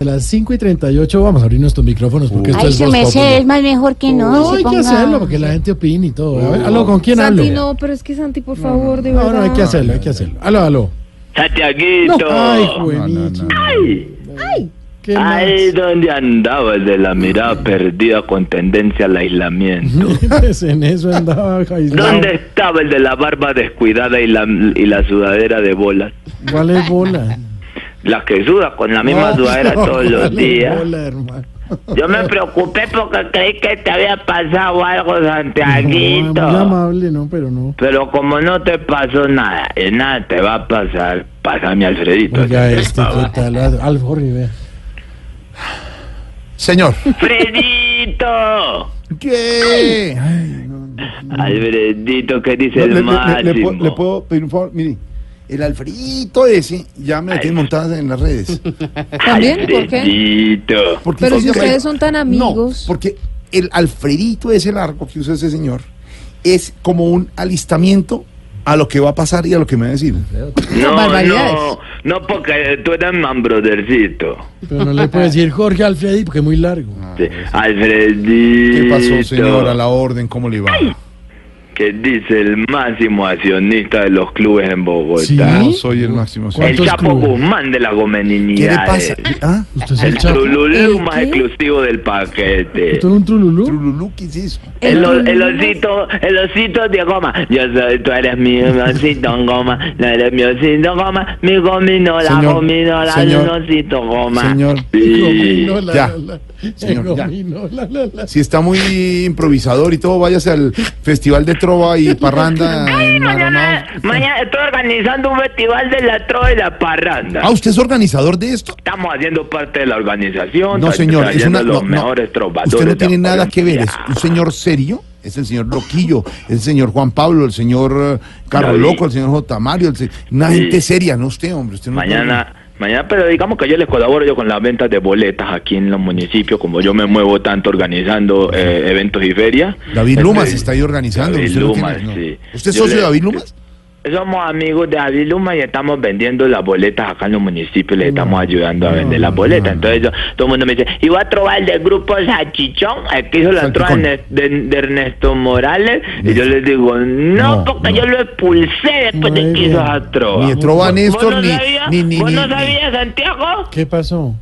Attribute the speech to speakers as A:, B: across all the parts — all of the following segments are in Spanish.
A: A las 5 y 38 vamos a abrir nuestros micrófonos porque esto
B: Ay,
A: es
B: se
A: Voz
B: me
A: Populi.
B: sé, es más mejor que no.
A: No,
B: se
A: hay que
B: ponga-
A: hacerlo porque la gente opina y todo. A ver, aló, ¿con quién hablo?
C: Santi, no, pero es que Santi, por favor, de
A: No,
C: verdad.
A: no, hay que hacerlo, hay que hacerlo. Aló, aló.
D: Santiaguito,
A: Ay,
E: No, no,
A: juenichi.
E: no.
D: ay,
A: ¿Qué más?
D: ahí donde andabas de la mirada perdida con tendencia al aislamiento.
A: Pues en eso andaba aislado.
D: ¿Dónde estaba el de la barba descuidada y la, y la sudadera de bolas?
A: ¿Cuál es bola?
D: La que suda con la misma
A: No,
D: sudadera
A: no,
D: todos los
A: ¿cuál es
D: días.
A: bola, hermano?
D: Yo me preocupé porque creí que te había pasado algo,
A: No, muy
D: Santiaguito.
A: amable, no, pero no.
D: Pero como no te pasó nada, y nada te va a pasar, pásame a Alfredito.
A: Oiga,
D: por
A: este,
D: favor.
A: ¿qué tal? Alfo Rivera.
E: Señor.
D: ¡Fredito!
E: ¿Qué?
D: Alfredito, ¿qué
E: Le,
D: dice
E: le-
D: el
E: le- le
D: máximo?
E: puedo- le puedo pedir un favor. Mire, el Alfredito ese ya me lo tienen montada en las redes.
C: ¿También? ¿Por qué?
D: Alfredito.
E: Porque
C: Pero si
E: entonces-
C: ustedes son tan amigos.
E: No, porque el Alfredito ese largo que usa ese señor es como un alistamiento a lo que va a pasar y a lo que me va a decir.
D: No,
C: barbaridades.
D: no, no, porque tú eras mambrodercito.
E: Ah,
A: Pero no le puedo decir Jorge Alfredi porque es muy largo.
D: Sí. Alfredito.
E: ¿Qué pasó, señor? A la orden, ¿cómo le va?
D: Que dice el máximo accionista de los clubes en Bogotá.
A: Sí.
E: No soy el máximo.
D: El
A: ¿Cuántos
D: Chapo
A: clubes?
D: Guzmán
E: ¿Qué
D: de las
E: le pasa?
D: gomeninidades.
E: ¿Ah?
A: Usted es
D: El
A: el chapo.
D: trululú
C: ¿El
D: más
C: qué?
D: exclusivo del paquete.
A: ¿Usted es un trululú?
E: Trululú, ¿qué es eso?
D: El, o-
C: El-
D: el osito, el osito de goma. Yo soy, tú eres mi osito en goma, no eres mi osito en goma, mi gominola,
E: Señor,
D: gominola,
E: señor,
D: un osito en goma.
E: señor.
D: Sí.
A: Gominola,
E: Ya.
A: la, la.
E: Señor, ya.
A: Gominola, la, la.
E: Si está muy improvisador y todo, váyase al Festival de Trova y Parranda. en
D: Mañana,
E: Maranao.
D: mañana estoy organizando un festival de la trova y la parranda.
E: Ah, ¿usted es organizador de esto?
D: Estamos haciendo parte de la organización.
E: No,
D: tra-
E: señor, es
D: trayendo
E: una.
D: los
E: no, no.
D: mejores trovadores.
E: Usted no
D: de
E: tiene nada que ver. Es
D: Colombia.
E: un señor serio. Es el señor Loquillo, el señor Juan Pablo, el señor eh, Carlos
D: David.
E: Loco, el señor J. Mario. el se- Una
D: Sí.
E: gente seria, no usted, hombre. Usted no
D: Mañana, mañana, pero digamos que yo les colaboro yo con las ventas de boletas aquí en los municipios, como yo me muevo tanto organizando eh, eventos y ferias.
E: David
D: Entonces,
E: Lumas está ahí organizando.
D: David
E: usted no
D: Lumas,
E: tiene- no.
D: sí.
E: ¿Usted es
D: Yo
E: socio
D: le-
E: de David Lumas?
D: Somos amigos de David Lumas y estamos vendiendo las boletas acá en los municipios, les estamos ayudando a vender las boletas. Entonces yo- todo el mundo me dice, y voy a trobar el del grupo Sachichón, el que hizo la trova
E: Salpicón.
D: de, de Ernesto Morales, y yo les digo, no,
E: No,
D: porque
E: no.
D: yo lo expulsé después de
A: Muy
D: que hizo
A: bien.
D: esa trova.
E: Ni de Trova
D: ¿Vos
E: Néstor,
D: no
E: ni,
D: sabías?
E: ni, ni,
D: ¿Vos
E: ni-
D: no
E: ni-
D: sabías, Santiago?
A: ¿Qué pasó?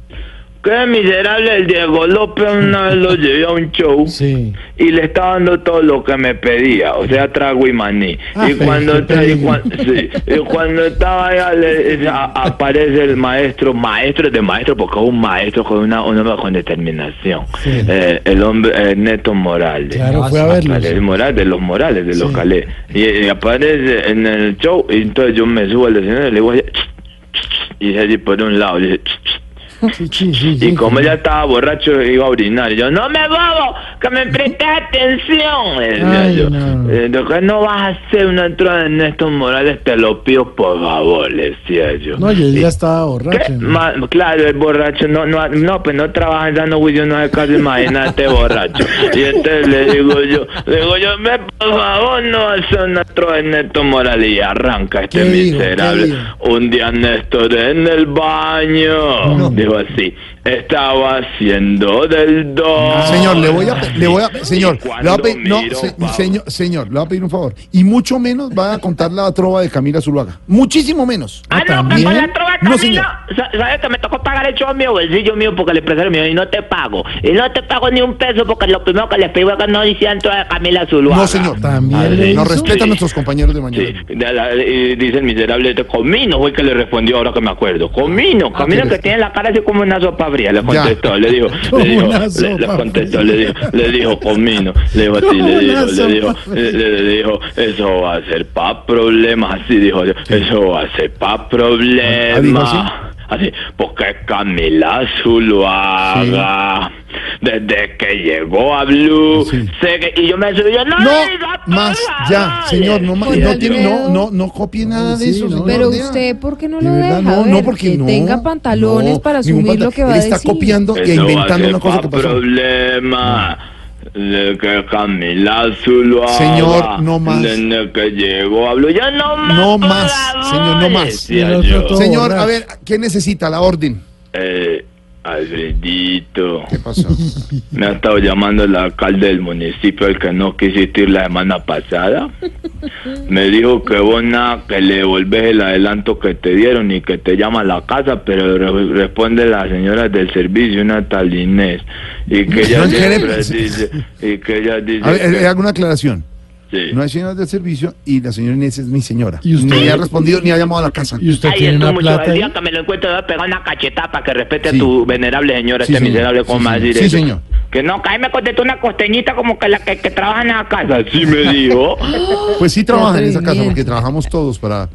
D: Qué miserable el Diego López una vez lo llevé a un show
A: Sí.
D: y le estaba dando todo lo que me pedía, o sea, trago y maní.
A: Ah,
D: y,
A: pero
D: cuando
A: qué
D: tra- y
A: peligro.
D: cuan- sí, y cuando estaba allá, le- es- a- aparece el maestro, maestro de maestro, porque es un maestro con una, un hombre con determinación.
A: Sí.
D: Eh, el hombre eh, Neto Morales. Ah,
A: Claro, fue a verlo.
D: Morales, Morales, de los Morales, de los
A: Sí.
D: Calé. Y, y aparece en el show, y entonces yo me subo al escenario y le digo, así, y así por un lado, le dije,
A: Sí, sí, sí, sí.
D: y como ella estaba borracho, iba a orinar. Y yo, no me bobo, que me prestes atención. Eh,
A: Ay,
D: yo,
A: no.
D: eh, lo que no vas a hacer una entrada en estos Morales, te lo pido por favor, le decía yo.
A: No, y
D: Y-
A: ella estaba borracha.
D: ¿Qué?
A: ¿no?
D: Ma- claro, el borracho, no, no, no, pues no trabaja dando yo no es casi imagínate borracho. Y entonces le digo yo, le digo yo, ve por favor, no hace una trova de Néstor Morales y arranca este
A: ¿Qué dijo?
D: miserable.
A: ¿Qué dijo?
D: Un día Néstor en el baño,
A: No.
D: dijo así, estaba haciendo del dos.
E: Señor, le voy a, pe- le voy a, señor,
D: Y
E: le voy a
D: cuando
E: pe- no,
D: miro,
E: se-
D: Pablo,
E: señor, señor, le voy a pedir un favor. Y mucho menos va a contar la trova de Camila Zuluaga. Muchísimo menos.
D: Ah, no, que con
A: ¿También?
D: la trova
E: No,
D: Camilo,
E: señor.
D: sa- ¿sabes que me tocó pagar el show a mi bolsillo mío? Porque el empresario mío, y no te pago. Y no te pago ni un peso porque lo primero que les pido es que no hicieran trova de Camila Zuluaga.
E: No, señor.
A: También
E: Madre,
A: le
E: Nos
A: hizo.
E: respetan
D: Sí.
E: nuestros compañeros de mañana.
D: Sí, de la- y dice el miserable, este Comino fue el que le respondió ahora que me acuerdo. Comino, Comino
E: pero-
D: que tiene la cara así como una sopa fría, le contestó, le dijo,
A: Como
D: le dijo,
A: una
D: le, le
A: sopa
D: contestó,
A: fría.
D: le dijo, le dijo Comino, le dijo así,
A: Como
D: le
A: una
D: dijo, le
A: sopa
D: dijo,
A: fría.
D: le, le- le dijo, eso va a ser pa' problemas, así dijo, eso va a ser pa'
E: Ah, dijo
D: problemas.
E: así.
D: Así, porque Camila Zuluaga, desde que llegó a Blue,
E: Sí.
D: sé que, y yo me subí, yo no,
E: No
D: le diga
E: más
D: palabras".
E: ya, señor, no más,
C: Con
E: no,
C: el
E: tiene-
C: dedo.
E: no, no, no copie nada de
A: Sí,
E: eso,
A: no,
E: señor.
C: Pero
E: Dea.
C: usted, ¿por qué no
E: De
C: lo
E: verdad,
C: deja?
E: no,
C: ver,
E: no, porque
C: que
E: no.
C: tenga pantalones
E: No,
C: para
E: ningún
C: asumir lo
E: pantalón.
C: que va a
E: Él
C: decir.
E: está copiando e
D: Eso va a
E: inventando
D: ser
E: una cosa
D: pa'
E: que pasó.
D: problema. De que Camila Zuluaga.
E: Señor, no más.
D: Desde que llegó hablo yo no más.
E: No
D: por
E: más,
D: favor,
E: señor, no más.
D: decía
A: Y el otro
D: yo.
A: todo.
E: Señor, a
A: borracho.
E: ver, ¿qué necesita la orden?
D: Eh, Alfredito,
E: ¿Qué pasó?
D: me ha estado llamando el alcalde del municipio al que no quisiste ir la semana pasada. Me dijo que vos nada, que le devolves el adelanto que te dieron y que te llama a la casa, pero re- responde la señora del servicio, una tal Inés, y que ella
E: No
D: siempre
E: queremos.
D: dice, y que ella dice,
E: A ver,
D: que-
E: eh, hago una aclaración.
D: sí.
E: No hay señoras de servicio y la señora Inés es mi señora.
A: ¿Y usted?
E: Ni ha respondido ni ha llamado a la casa.
A: Y usted
D: Ay,
A: tiene
D: esto
A: una
D: mucho.
A: plata.
D: El
A: ahí?
D: día que me lo encuentro, le voy a pegar una cachetada para que respete
E: Sí.
D: a tu venerable señora,
E: Sí,
D: este
E: señor.
D: miserable, con
E: Sí,
D: más
E: señor.
D: directo.
E: Sí, señor.
D: Que no, que ahí me contestó una costeñita como que la que, que trabaja en la casa. Sí, me dijo.
E: Pues sí trabajan en esa casa
C: atrevimiento.
E: porque trabajamos todos para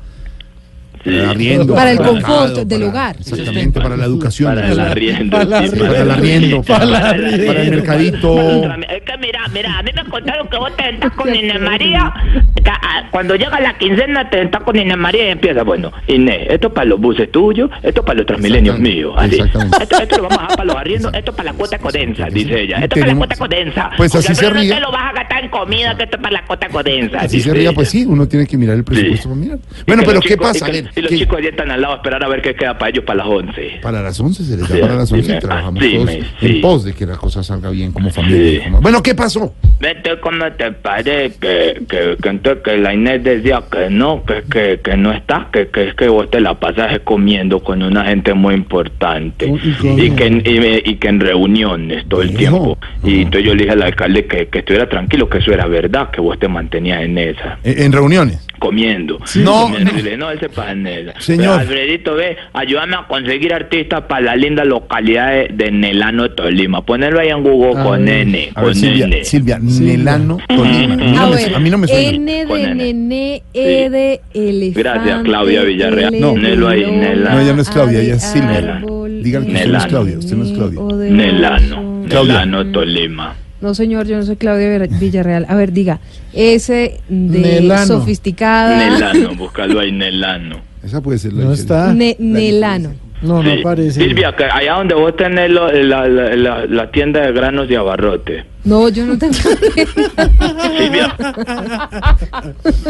D: Sí.
E: para arriendo.
C: Para el
E: el
C: confort
E: mercado,
C: del
E: para-
C: hogar.
E: Exactamente, para la educación.
D: Para el arriendo.
A: Para el
D: sí,
E: para el arriendo, para, para el mercadito.
D: Es que mira, mira, a mí me contaron que vos te sentás con Inés María. que, ah, Cuando llega la quincena, te sentás con Inés María y empieza. Bueno, Inés, esto es para los buses tuyos, esto es para los transmilenios
E: Exactamente,
D: míos. Así.
E: exactamente.
D: Esto, esto lo vamos a dejar para los arriendos,
E: Exacto.
D: esto es para la cuota codensa,
E: Exacto.
D: dice ella.
E: Y
D: Esto es para la
E: tenemos-
D: cuota codensa.
E: pues
D: Porque
E: así se
D: al menos
E: ría.
D: No te lo vas a gastar en comida, que esto es para la cuota codensa.
E: Así se
D: dice
E: ría,
D: ella.
E: pues sí, uno tiene que mirar el presupuesto.
D: Sí.
E: para mirar.
D: Y
E: Bueno,
D: que
E: pero
D: los
E: ¿qué
D: chicos-
E: pasa?
D: Y,
E: A
D: que-
E: ver,
D: y los
E: ¿qué-
D: chicos ya están al lado a esperar a ver qué queda para ellos para las 11.
E: Para las 11 se les da
D: Sí,
E: para las 11
D: dime,
E: y trabajamos
D: ah, dime,
E: todos
D: sí.
E: en pos de que la cosa salga bien como familia.
D: Sí.
E: como- Bueno, ¿qué pasó?
D: Vete como te parece que, que, que, entonces que la Inés decía que no, que, que, que no estás, que, que es que vos te la pasas comiendo con una gente muy importante
A: Uy, ¿cómo?
D: y que, en- y, me- y que en reuniones todo el
E: Hijo.
D: tiempo.
E: Ajá.
D: Y entonces yo le dije al alcalde que, que estuviera tranquilo, que eso era verdad, que vos te mantenías en esa
E: Eh, En, en reuniones.
D: comiendo.
E: No,
D: Comiendo.
E: no.
D: Y le- no, ese panela.
E: Señor.
D: Pero, Alfredito, ve, ayúdame a conseguir artistas para la linda localidad de, de Nelano, Tolima. Ponerlo ahí en Google
A: A
D: con
A: ver,
D: N.
E: A
D: con
E: ver, Silvia,
D: N.
E: Silvia,
A: Silvia.
E: Nelano, Tolima. A mí no
C: A
E: me-
C: ver,
E: a mí no me suena.
C: N
D: Con
C: de
D: N.
C: nene, E
D: Sí.
C: de elefante.
D: Gracias, Claudia Villarreal.
C: L
E: No.
C: de
D: Nelo ahí,
C: lola,
D: Nela.
E: No, ella no es
C: A
E: Claudia,
C: de
E: ella es Silvia.
C: árbol,
E: Díganle que
D: usted no es
C: N,
E: Claudia, usted no es Claudia.
C: O de
D: Nelano,
C: oso.
E: Claudia.
D: Nelano, Tolima.
C: No, señor, yo no soy Claudia Vera- Villarreal. A ver, diga, S de
A: Nelano.
C: sofisticada.
D: Nelano, búscalo ahí, Nelano.
E: Esa puede ser Ah, la
A: No
E: diferencia.
A: está.
C: Ne- Nelano.
A: No, no
D: Sí.
A: aparece.
D: Silvia, que allá donde vos tenés lo- la, la- la- la tienda de granos y abarrotes.
C: No, yo no tengo.
D: Silvia.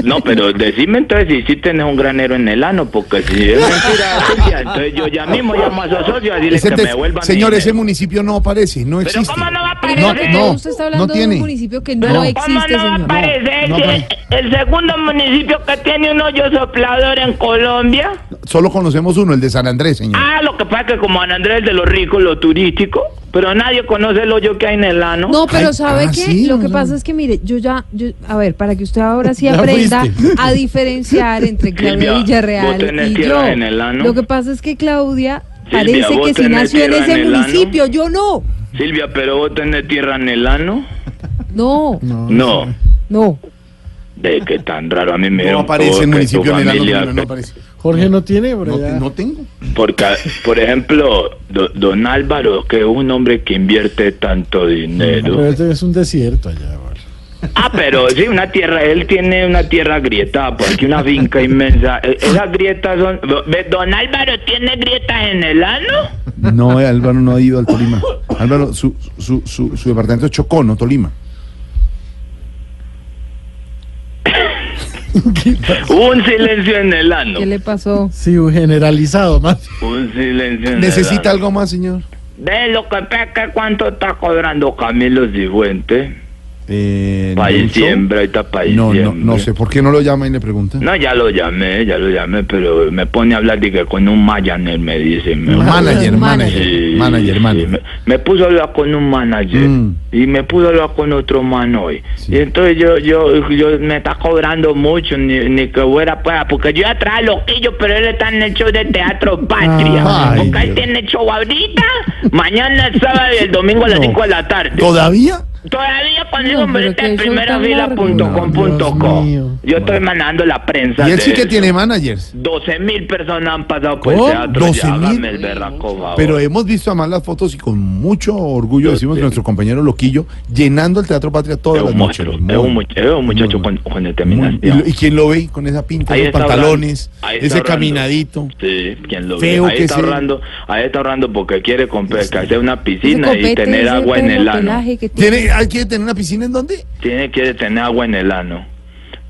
D: No, pero decime entonces si sí tenés un granero en Nelano, porque si es mentira, Silvia, entonces yo ya mismo llamo a esos socios a decirles
E: Ese
D: que
E: te-
D: me vuelvan.
E: señor,
D: mi
E: ese
D: dinero.
E: municipio no aparece, no
D: Pero
E: existe.
D: ¿cómo no va a
C: Primero que
D: aparecer?
E: no,
C: todo, usted está hablando
E: no
C: de
E: tiene.
C: un municipio que no,
E: No.
D: ¿Cómo
C: existe,
D: no va a
C: señor.
D: aparecer
A: No,
D: si
A: no,
D: es el segundo municipio que tiene un hoyo soplador en Colombia?
E: Solo conocemos uno, el de San Andrés, señor.
D: Ah, lo que pasa es que como San Andrés es de los ricos, lo turístico, pero nadie conoce el hoyo que hay en el ano.
C: No, pero
E: Ay,
C: ¿sabe
E: ah,
C: qué?
E: sí,
C: Lo que
E: no.
C: pasa es que, mire, yo ya, yo, a ver, para que usted ahora sí
A: Ya
C: aprenda
A: fuiste.
C: a diferenciar entre Claudia
D: Silvia, vos
C: Villarreal
D: tenés
C: y yo.
D: tierra en el ano.
C: Lo que pasa es que Claudia
D: Silvia,
C: parece
D: vos
C: que sí
D: tenés
C: nació en
D: tierra
C: ese
D: en el ano.
C: municipio, yo no.
D: Silvia, pero vos tenés tierra en el ano.
C: No, no.
D: No. De que tan raro a mí me
E: No
D: dio
E: aparece el
D: en
E: municipio Nelano, Tolima, no aparece.
A: Jorge no tiene, por
E: No,
A: allá.
E: te- no tengo.
D: Porque, por ejemplo, do- don Álvaro, que es un hombre que invierte tanto
A: Pero
D: dinero.
A: este es un desierto allá. bueno.
E: Mm.
D: Ah, pero sí, una tierra, él tiene una tierra agrietada, porque una finca inmensa. E- Esas grietas son... ¿Ve, ¿Don Álvaro tiene grietas en el ano?
E: No, eh, Álvaro no ha ido al Tolima. Álvaro, su, su, su, su departamento es Chocó, no Tolima.
D: Hubo un silencio en el ano.
C: ¿qué le pasó?
A: Sí, un generalizado más.
D: Un silencio en
E: ¿Necesita
D: el ano.
E: algo más, señor?
D: Ve lo que pesca, cuánto está cobrando Camilo Cifuentes.
E: Eh,
D: Para
E: ¿no
D: diciembre, ahorita para
E: No, no,
D: diciembre.
E: no sé. ¿Por qué no lo llama y le pregunta?
D: No, ya lo llamé, ya lo llamé, pero me pone a hablar de que con un manager me dice. Me,
E: Manager, manager,
C: Sí.
E: manager,
D: sí, me,
E: manager.
D: me puso a hablar con un manager
E: Mm.
D: y me puso a hablar con otro man hoy.
E: Sí.
D: Y entonces yo, yo, yo me está cobrando mucho, ni, ni que fuera pueda, porque yo ya traía loquillo, pero él está en el show de Teatro Patria.
E: Ay,
D: porque él
E: Dios.
D: tiene show ahorita, mañana el sábado y el domingo a las
E: No.
D: 5 de la tarde.
E: ¿Todavía?
D: Todavía consigo
C: No,
D: no,
C: pero
D: está
C: que
D: en
C: eso es tan
E: largo.
D: primerafila.com.co.
A: Dios mío.
D: Yo estoy mandando la prensa.
E: Y él sí
D: de
E: que
D: eso.
E: tiene managers.
D: 12 mil personas han pasado por
E: ¿Cómo?
D: el teatro.
E: 12.000.
D: ya, hágame el berraco, favor.
E: Pero hemos visto además las fotos y con mucho orgullo decimos que nuestro compañero Loquillo llenando el Teatro Patria
D: es
E: todas las
D: un
E: noches.
D: monstruo.
E: Muy-
D: Es un, much- es un muchacho
E: muy-
D: con, con
E: muy- y,
D: determinación.
E: lo- ¿Y quién lo ve con esa pinta,
D: Ahí
E: esos
D: está hablando.
E: pantalones,
D: Ahí está
E: ese
D: hablando.
E: caminadito?
D: Sí, quien lo
E: Feo
D: ve. Ahí
E: que
D: está,
E: sea. Este.
D: ahorrando, ahí está ahorrando porque quiere comprar, que hacer una
C: Ese
D: piscina y
C: copete,
D: tener
C: ese
D: agua en
C: pelo,
D: el ano.
C: pelaje que tiene.
E: ¿Tiene, ¿Quiere tener una piscina en dónde?
D: Tiene, quiere tener agua en el ano.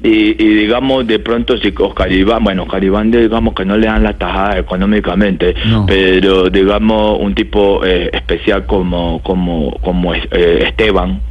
D: y, y digamos de pronto si con Caribán, bueno, Caribán digamos que no le dan la tajada económicamente,
E: No.
D: pero digamos un tipo eh, especial como como como es- eh, Esteban,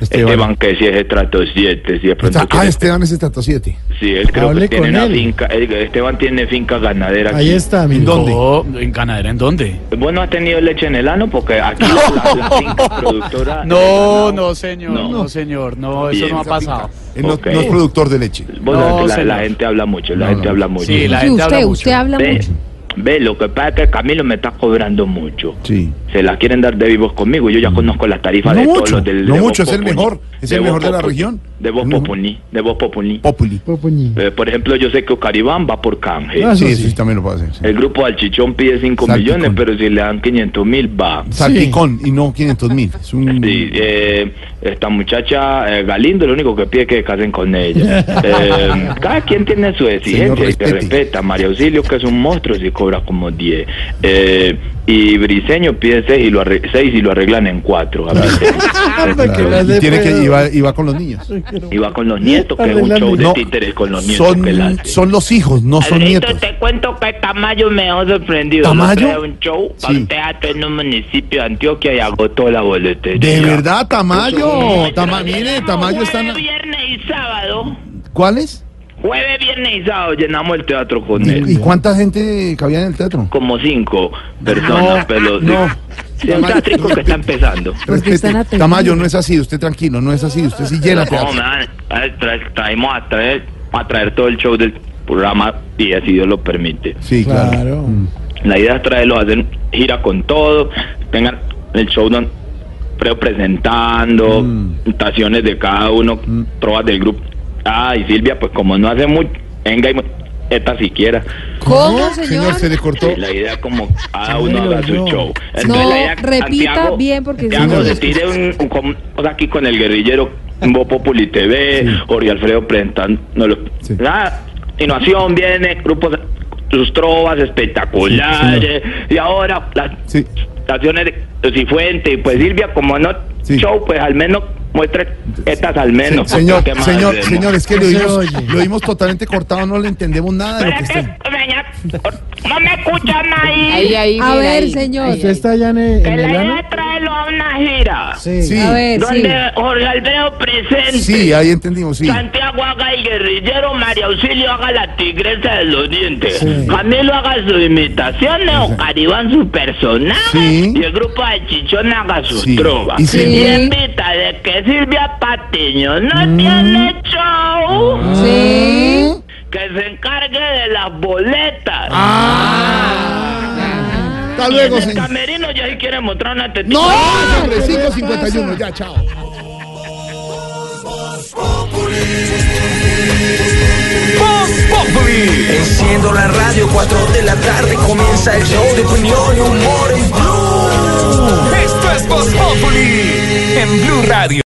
E: Esteban.
D: Esteban, que si es estrato 7, si de pronto
E: Está- ah,
D: quiere-
E: Esteban es estrato 7.
D: sí, él creo
A: Hable
D: que tiene
A: con
D: una
A: él.
D: finca, él- Esteban tiene finca ganadera.
A: Ahí
D: aquí.
A: está, mi
E: ¿En dónde?
B: Oh, ¿En Canadá? ¿En dónde?
D: Bueno, ha tenido leche en el ano porque aquí la, la- la finca productora
B: No,
D: de ganado-
B: no, señor, no,
D: No.
B: señor, no, eso
D: Bien.
B: no ha pasado.
E: Él no,
D: Ok.
E: no es productor de leche.
D: Bueno,
B: No,
D: es que la, la
B: señor.
D: gente habla mucho, la
E: No,
D: gente
E: no.
D: habla mucho.
B: Sí, la
C: Y
B: gente habla
C: usted,
B: mucho.
C: usted habla
D: Ve,
C: mucho.
D: ve, lo que pasa es que Camilo me está cobrando mucho.
E: Sí.
D: Se la quieren dar de vivos conmigo. Yo ya conozco las tarifas
E: No
D: de todos
E: mucho,
D: los del.
E: no
D: de Voz
E: mucho, es el
D: Populi.
E: mejor, es el
D: Voz
E: mejor de la
D: Populi,
E: región.
D: De Voz
E: El mejor.
D: Populi, de Voz Populi.
E: Populi.
A: Popuñi.
D: Eh, por ejemplo, yo sé que Ocaribán va por canje.
A: Ah,
E: sí,
A: eso
E: eso
A: sí.
E: sí también lo puede hacer. sí.
D: El grupo Alchichón pide 5
E: Salpicón.
D: millones, pero si le dan 500 mil, va.
E: Salpicón y no 500 mil. Es un.
D: Sí, eh, esta muchacha eh, Galindo lo único que pide es que casen con ella. Eh, cada quien tiene su exigencia y se
E: respete.
D: respeta. María Auxilio, que es un monstruo, si cobra como 10. Eh, y Briseño pide 6 y, lo arre- seis y lo arreglan en 4.
A: Ah, Para que las
E: y
A: de
E: tiene que
A: pedo.
E: y va- y va con los niños.
D: Y va con los nietos, que es un show de
A: No,
D: títeres este con los nietos. que la
E: Son,
D: hace.
E: son los hijos, no son
D: Alfredito,
E: nietos.
D: te cuento que Tamayo me dejó sorprendido.
E: ¿Tamayo?
D: Lo trae a un show para
E: Sí.
D: un teatro en un municipio de Antioquia y agotó la boletería.
E: De verdad, Tamayo. Tama- mire, Tamayo está.
D: Jueves, viernes y sábado.
E: ¿Cuáles?
D: Jueves, viernes y sábado llenamos el teatro con
E: ¿Y,
D: él.
E: y cuánta gente cabía en el teatro?
D: Como cinco personas, pero sí.
E: no.
D: Sí, un teatrico que está empezando.
C: Porque están
E: Respete.
C: atendiendo.
E: Tamayo, no es así, usted tranquilo, no es así, usted sí llena el teatro.
D: No, man, a ver, tra- traemos a traer, a traer todo el show del programa y así Dios lo permite.
E: Sí, claro.
A: Claro.
E: Mm.
D: La idea es traerlo a hacer gira con todo, tengan el show don pre- presentando,
E: Mm.
D: presentaciones de cada uno, trovas del grupo. Ah, y Silvia, pues como no hace mucho, venga y mu- esta siquiera.
C: ¿Cómo, señor?
E: Señor, se le cortó.
D: Sí, la idea es como cada uno
A: Camilo,
D: haga su
A: no.
D: show.
C: No,
D: la idea es que
C: repita bien, porque
D: Santiago
E: si no-
D: se tire un, un com- o sea, aquí con el guerrillero en Voz Populi TV, Jorge Alfredo presentando los-
E: Sí.
D: la innovación viene, grupos sus trovas espectaculares y ahora las
E: Sí.
D: estaciones de Cifuente y pues Silvia como no
E: Sí.
D: show pues al menos muestre estas al menos
E: Se- señor,
D: pues, ¿Qué más
E: señor,
D: hacemos?
E: señor, es que lo
A: No se
E: oímos,
A: oye.
E: lo oímos totalmente cortado, no le entendemos nada de lo que está.
D: no me escuchan
F: Ahí, ahí,
C: A
F: mira,
C: ver,
F: ahí.
C: señor.
A: ¿Usted está allá en el,
D: Que
A: en
D: la
A: el
D: idea
A: ano?
D: es traerlo a una gira.
A: Sí. Ah,
E: Sí.
C: A ver, sí.
D: Donde Jorge Alfredo presente.
E: Sí, ahí entendimos, sí.
D: Santiago haga el guerrillero, María Auxilio haga la tigresa de los dientes,
A: Sí.
D: Camilo haga sus imitaciones, o Caribán su personaje,
E: Sí.
D: y el grupo de Chichón haga sus
E: Sí.
D: trovas.
E: Y Silvia.
D: Y invita de que Silvia Patiño no tiene show,
C: Ah. Sí.
D: que se encargue de las boletas.
E: Hasta
D: Y en
E: luego,
D: el
E: señor.
D: camerino ya si quiere mostrar una tetita.
E: No, hombre,
D: ¡Ah!
E: 551, ya, chao.
G: Enciendo la radio, 4 de la tarde comienza el show de opinión y humor en Blue. Esto es Voz Populi en Blue Radio.